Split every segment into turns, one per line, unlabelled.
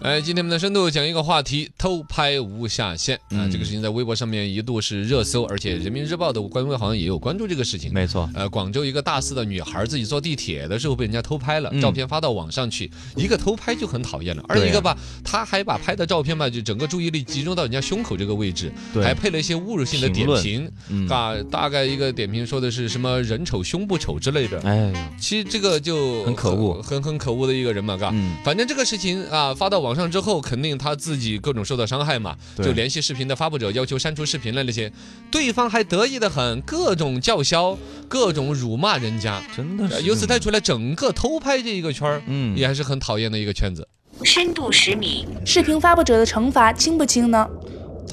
哎，今天我们的深度讲一个话题：偷拍无下限
嗯
啊！这个事情在微博上面一度是热搜，而且人民日报的官微好像也有关注这个事情。
没错，
呃，广州一个大四的女孩自己坐地铁的时候被人家偷拍
嗯
了，照片发到网上去，一个偷拍就很讨厌了，二一个吧，她还把拍的照片吧，就整个注意力集中到人家胸口这个位置，
对
还配了一些侮辱性的
评
点
论
评，
嗯，
啊，大概一个点评说的是什么人丑胸不丑之类的，
哎呦，
其实这个就
很可恶
很很可恶的一个人嘛，嘎。
嗯，
反正这个事情啊，发到网上之后，肯定他自己各种受到伤害嘛，
对
就联系视频的发布者，要求删除视频了那些，对方还得意的很，各种叫嚣，各种辱骂人家。
真的
呃
是。
由此带出来，整个偷拍这一个圈儿，
嗯
也还是很讨厌的一个圈子。
深度十米，
视频发布者的惩罚轻不轻呢？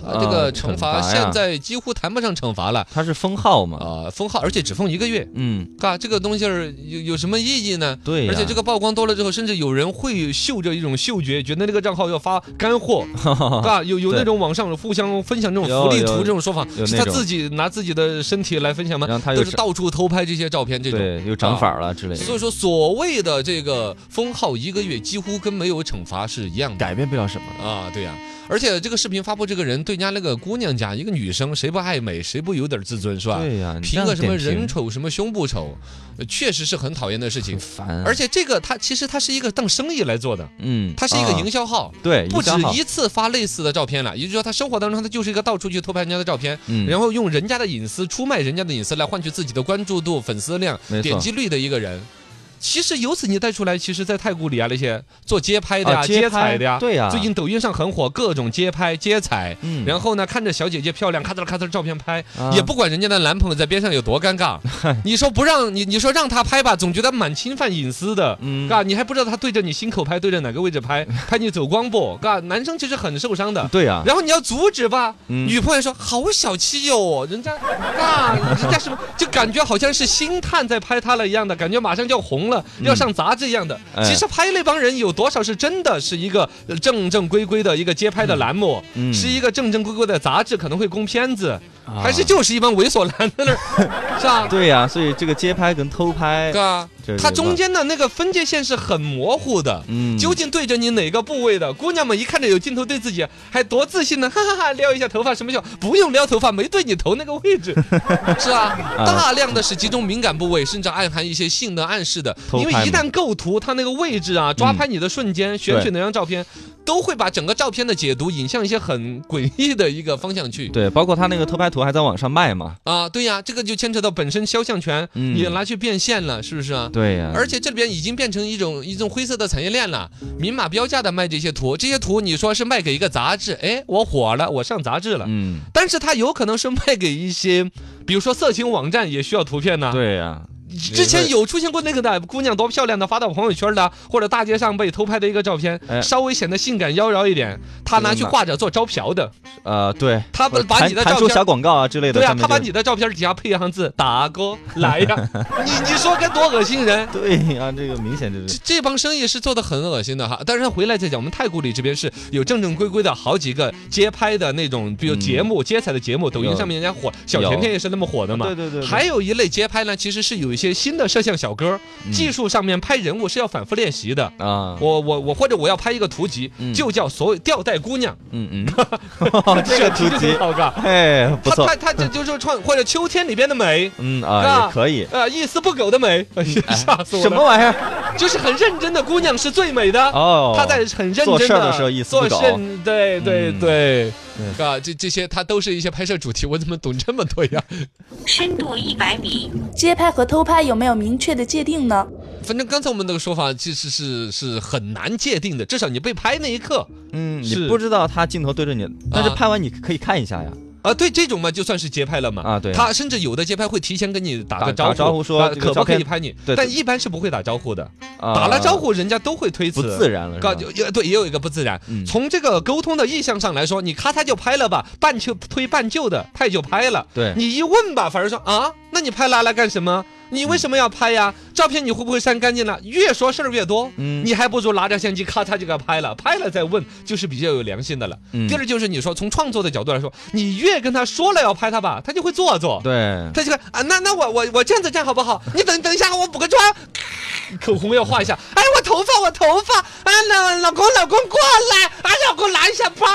他这个
啊
惩
惩
罚
罚呀
现在几乎谈不上惩罚了
他是封号嘛？
啊，封号，而且只封一个月，
嗯，
嘎，这个东西儿有有什么意义呢？
对呀
而且这个曝光多了之后，甚至有人会嗅着一种嗅觉，觉得那个账号要发 干货，啊，有有
对
那种网上互相分享这种
有
福利图
有
这种说法，
有
是
那
他
种
自己拿自己的身体来分享吗？
让他
都
又
是
长
到处偷拍这些照片，这种。
对，又长法了之类
所以
的，
说，所谓的这个封号一个月，几乎跟没有惩罚是一样的
改变不了什么的。
啊，对呀、而且这个视频发布这个人对人家那个姑娘家一个女生，谁不爱美，谁不有点自尊是吧？
对呀，你这
评
样
个什么
点评
人丑什么胸不丑，呃确实是很讨厌的事情
很。烦啊，
而且这个它其实它是一个当生意来做的，
嗯，
它是一个
啊
营销号。
对，
不
营
止
销号
一次发类似的照片了，也就是说，他生活当中他就是一个到处去偷拍人家的照片，
嗯
然后用人家的隐私出卖人家的隐私来换取自己的关注度、粉丝量
没、错
点击率的一个人。其实由此你带出来，其实，在太古里啊那些做街拍的
啊
呀、
街
街
拍
采的呀，
对呀
最近抖音上很火各种街拍、街采，
嗯
然后呢，看着小姐姐漂亮，咔嚓咔嚓照片拍，
啊
也不管人家的男朋友在边上有多尴 尬。你说不让你，你说让他拍吧，总觉得蛮侵犯隐私的。
嗯
嘎，你还不知道他对着你心口拍，对着哪个位 置拍，拍你走光不？嘎，男生其实很受伤的。
对呀，
然后你要阻止吧，
啊嗯
女朋友说好小气哟、人家啊，人家是不就感觉好像是星探在拍他了一样的，感觉马上就要红了，要上杂志一样的。
嗯哎
其实拍那帮人有多少是真的是一个呃正正规规的一个街拍的栏目，
嗯嗯
是一个正正规规的杂志，可能会供片子，
啊
还是就是一帮猥琐男在那儿，是 吧？
对呀，所以这个街拍跟偷拍
对，啊
这是，
它
有
中
关
间的那个分界线是很模糊的。
嗯，
究竟对着你哪个部位的？姑娘们一看着有镜头对自己，还多自信呢，哈哈哈！撩一下头发什么笑？不用撩头发，没对你头那个 位置，是吧？大量的是集中敏感部位，甚至暗含一些性能暗示的。
偷
因
拍
为
嘛
一旦构图，它那个位置啊，抓拍你的瞬间，选取那张照片，都会把整个照片的解读引向一些很诡异的一个方向去。
对，包括他那个偷拍图还在网上卖嘛，
啊，对呀，这个就牵扯到本身肖像权，
嗯
你拿去变现了，是不是啊？
对呀，
而且这里边已经变成一种一种灰色的产业链了，明码标价的卖这些图，这些图你说是卖给一个杂志，哎，我火了，我上杂志了，
嗯，
但是它有可能是卖给一些，比如说色情网站也需要图片呢。，
嗯对呀，
之前有出现过那个的姑娘多漂亮的发到朋友圈的，或者大街上被偷拍的一个照片，
哎
稍微显得性感妖娆一点，她拿去挂着做招嫖的，
呃，对，
她
或者
把
弹
你的
弹
照
出
片
小广告啊之类的，
对啊，
上面
他把
就
你的照片底下配一行字“打哥来 呀”，你你说该多恶心人！
对呀，这个明显就是
这这帮生意是做的很恶心的哈。但是回来再讲，我们太古里这边是有正正规规的好几个街拍的那种，比如
嗯
节目、街采的节目，抖音
有啊
上面人家火，小甜甜也是那么火的嘛。
对对对对
还有一类街拍呢，其实是有一些新的摄像小哥，
嗯
技术上面拍人物是要反复练习的。
啊，
我我我或者我要拍一个图集，
嗯
就叫所谓吊带姑娘，
嗯 嗯， 这个图
就
集
很，好看。
哎，不
他
错
他，他这就是创或者秋天里边的美。
嗯啊，
啊
也可以，
呃，一丝不苟的美，哎吓死我了！
哎什么玩意 儿？
就是很认真的姑娘是最美的。
哦，
她在很认真地
做事儿的时候一丝不苟
做事对对
嗯
对，啊，这这些它都是一些拍摄主题，我怎么懂这么多呀？
深度一百米，
街拍和偷拍有没有明确的界定呢？
反正刚才我们那个说法其实是是很难界定的，至少你被拍那一刻
嗯，
是
你不知道他镜头对着你，但是
啊
拍完你可以看一下呀，
啊，对这种嘛就算是节拍了嘛
啊对
他甚至有的节拍会提前跟你打个
打
招
打招呼说
啊
这个
可不
照
可
片
以拍你
对，
但一般是不会打招呼的，
啊
打了招呼人家都会推辞，
不自然了，是
搞
吧
就也对，也有一个不自然
嗯。
从这个沟通的意向上来说，你咔嚓就拍了吧，半就推半就的，太就拍了。
对
你一问吧，反而说啊，那你拍拉拉干什么？你为什么要拍呀？照片你会不会删干净呢？越说事儿越多，
嗯
你还不如拿着相机咔嚓就给拍了，拍了再问，就是比较有良心的了。
嗯
第二就是你说从创作的角度来说，你越跟他说了要拍他吧，他就会做作。
对，
他就看啊，那那我我我这样子站好不好？你等等一下，我补个妆，口红要画一下。哎，我头发我头发，啊老老公老公过来，啊老公拿一下包。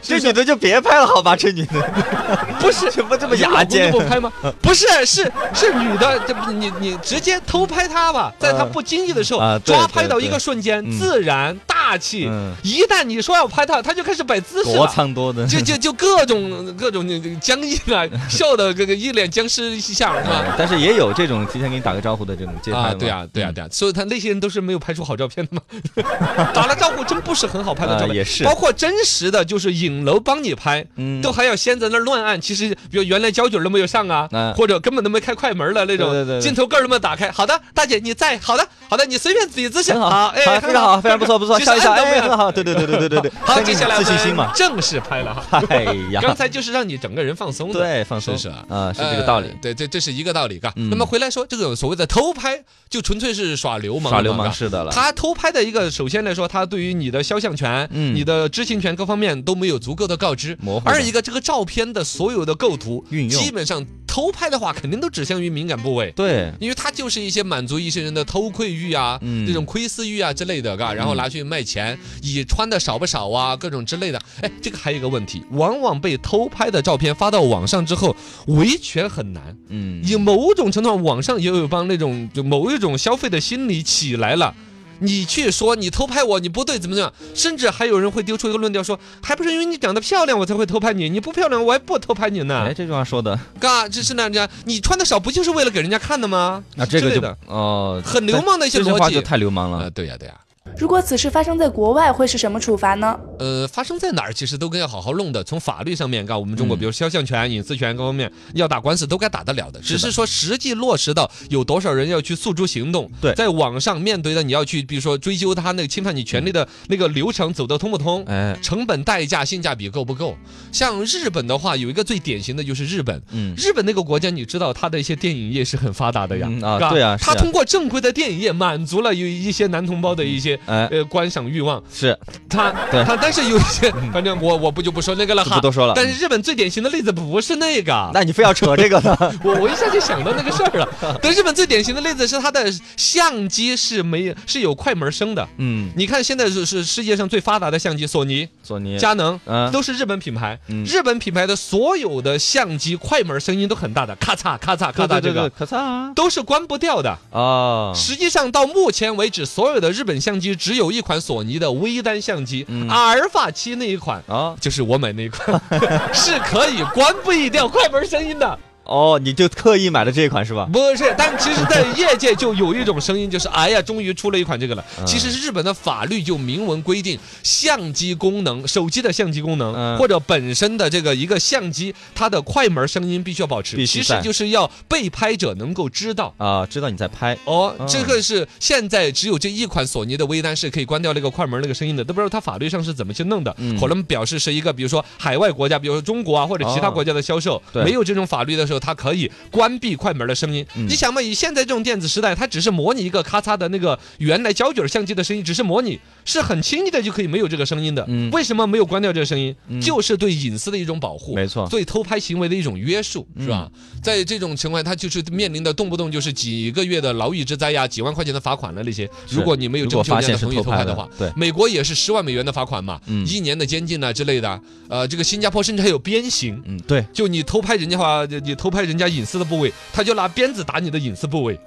这女的就别拍了，好吧？这女
啊
的
不是
怎么这么
你老
牙
公
尖嗯
都不拍吗？不是，是是女的，这不你你直接偷拍她吧，在她
嗯
不经意的时候
啊对
抓
对
拍到
对
一个瞬间，
嗯
自然大气
嗯。
一旦你说要拍她，她就开始摆姿势
多
了。
苍多的，
就 就就各种各种那个僵硬啊，笑的这个一脸僵尸相是吧？
嗯但是也有这种提前给你打个招呼的嗯这种街拍
啊，
嘛
对啊，对啊，对啊，所以他那些人都是没有拍出好照片的嘛， 打了招呼真不是很好拍的照
啊
片，
也是
包括真实的就是影楼帮你拍。
嗯，
都还要先在那儿乱按，其实比如原来胶卷都没有上啊，
嗯
或者根本都没开快门的那种，
对对对对
镜头盖儿都没有打开。好的，大姐你在，好的，好的，你随便自己姿势，
很好，
哎，
好
很
非常好，非常不错，不错，
其实
笑一笑，
按都没
哎，
有
很好，对对对对对对对，
好，
先
接
给你
下来
自信
我们
心嘛，
正式拍了哈。
哎呀，
刚才就是让你整个人放松的，
对，放松
是是啊
啊，是这个道理
呃，对，这这是一个道理，嘎。
嗯
那么回来说，这个所谓的偷拍，就纯粹是耍流氓，
耍流氓
嘎
式的了，
啊他偷拍的一个，首先来说，他对于你的肖像权、
嗯
你的知情权各方面都没有足够的告知。
模糊的
二一个，这个照片的所有的构图
运用
基本上偷拍的话，肯定都指向于敏感部位。
对，
因为它就是一些满足一些人的偷窥欲啊，
嗯
这种窥私欲啊之类的，嘎，然后拿去卖钱，以穿的少不少啊，各种之类的。哎，这个还有一个问题，往往被偷拍的照片发到网上之后，维权很难。
嗯，
以某种程度上，网上也有一帮那种就某一种消费的心理起来了。你去说你偷拍我，你不对，怎么怎么样？甚至还有人会丢出一个论调说，还不是因为你长得漂亮我才会偷拍你，你不漂亮我还不偷拍你呢
哎，。这句话说的，
嘎，这是那这样，你穿的少不就是为了给人家看的吗？
啊
之类的
哦，
很流氓的一些
这句话
逻
就
辑。
太流氓
呃，
了，
对呀、对呀、
如果此事发生在国外，会是什么处罚呢？
呃，发生在哪儿其实都该要好好弄的。从法律上面，看我们中国，
嗯
比如肖像权、隐私权各方面要打官司都该打得了的，只是说实际落实到有多少人要去诉诸行动。
对
在网上面对的你要去，比如说追究他那个侵犯你权利的那个流程走得通不通。
嗯哎，
成本、代价、性价比够不够？像日本的话，有一个最典型的就是日本，
嗯，
日本那个国家，你知道它的一些电影业是很发达的呀，
嗯啊
是吧
对啊是啊
它通过正规的电影业满足了有一些男同胞的一些。
哎，
呃，观赏欲望，
是，
它
对
它，但是有一些，反正我我不就不说那个了
就
哈，
不多说了
但是日本最典型的例子不是那个，
那你非要扯这个呢？
我我一下就想到那个事儿了。但日本最典型的例子是它的相机是没是有快门声的。
嗯，
你看现在是是世界上最发达的相机，索尼、
索尼，
佳能，
嗯，
都是日本品牌
嗯，
日本品牌的所有的相机快门声音都很大的，咔嚓咔嚓咔嚓，这个
咔嚓啊
都是关不掉的。
哦，
实际上到目前为止，所有的日本相机只有一款索尼的微单相机，
嗯
阿尔法七那一款。
哦
就是我买那一款， 是可以关闭掉快门声音的，
哦，你就刻意买的这一款是吧？
不是。但其实，在业界就有一种声音，就是哎呀，终于出了一款这个了。
嗯
其实日本的法律就明文规定，相机功能、手机的相机功能，
嗯
或者本身的这个一个相机，它的快门声音必须要保持。
必须
其实
在
就是要被拍者能够知道。
啊，知道你在拍，
哦
嗯，
这个是现在只有这一款索尼的微单是可以关掉那个快门那个声音的，都不知道它法律上是怎么去弄的。
嗯
可能表示是一个，比如说海外国家，比如说中国啊或者其他
哦
国家的销售，
对
没有这种法律的时候，它可以关闭快门的声音。
嗯
你想嘛，以现在这种电子时代，它只是模拟一个咔嚓的那个原来胶卷相机的声音，只是模拟，是很轻易的就可以没有这个声音的。
嗯
为什么没有关掉这个声音？
嗯
就是对隐私的一种保护。
没错嗯
对偷拍行为的一种约束，是吧？在这种情况下，他就是面临的动不动就是几个月的牢狱之灾呀，几万块钱的罚款了那些。
是
如果你没有
如
正
果
确
发
这样的
现是
同意
偷
偷拍
拍
的
的
话，
对
美国也是十万美元的罚款嘛，
嗯
一年的监禁啊之类的。呃，这个新加坡甚至还有鞭刑。
嗯，对，
就你偷拍人家的话，你你偷拍人家隐私的部位，他就拿鞭子打你的隐私部位，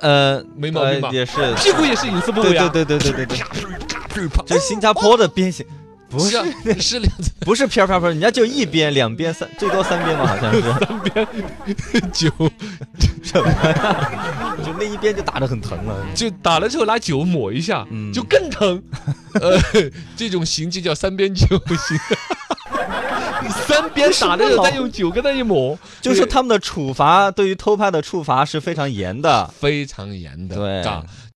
呃，
没毛病吧
呃也是，
屁股也是隐私部位
对
啊。
对对对对对对，
啪啪啪啪啪
这是新加坡的鞭刑，不
是
是
啊是两
不是片儿片儿片儿，人家就一边、两边、三，最多三边嘛，好像是，
酒
就那一边就打得很疼了。
就打了之后拿酒抹一下，
嗯
就更 疼。呃，这种刑就叫三边酒刑。 三边打的时候再用酒跟它一抹，
就是说他们的处罚对于偷拍的处罚是非常严的，
非常严的，
对
啊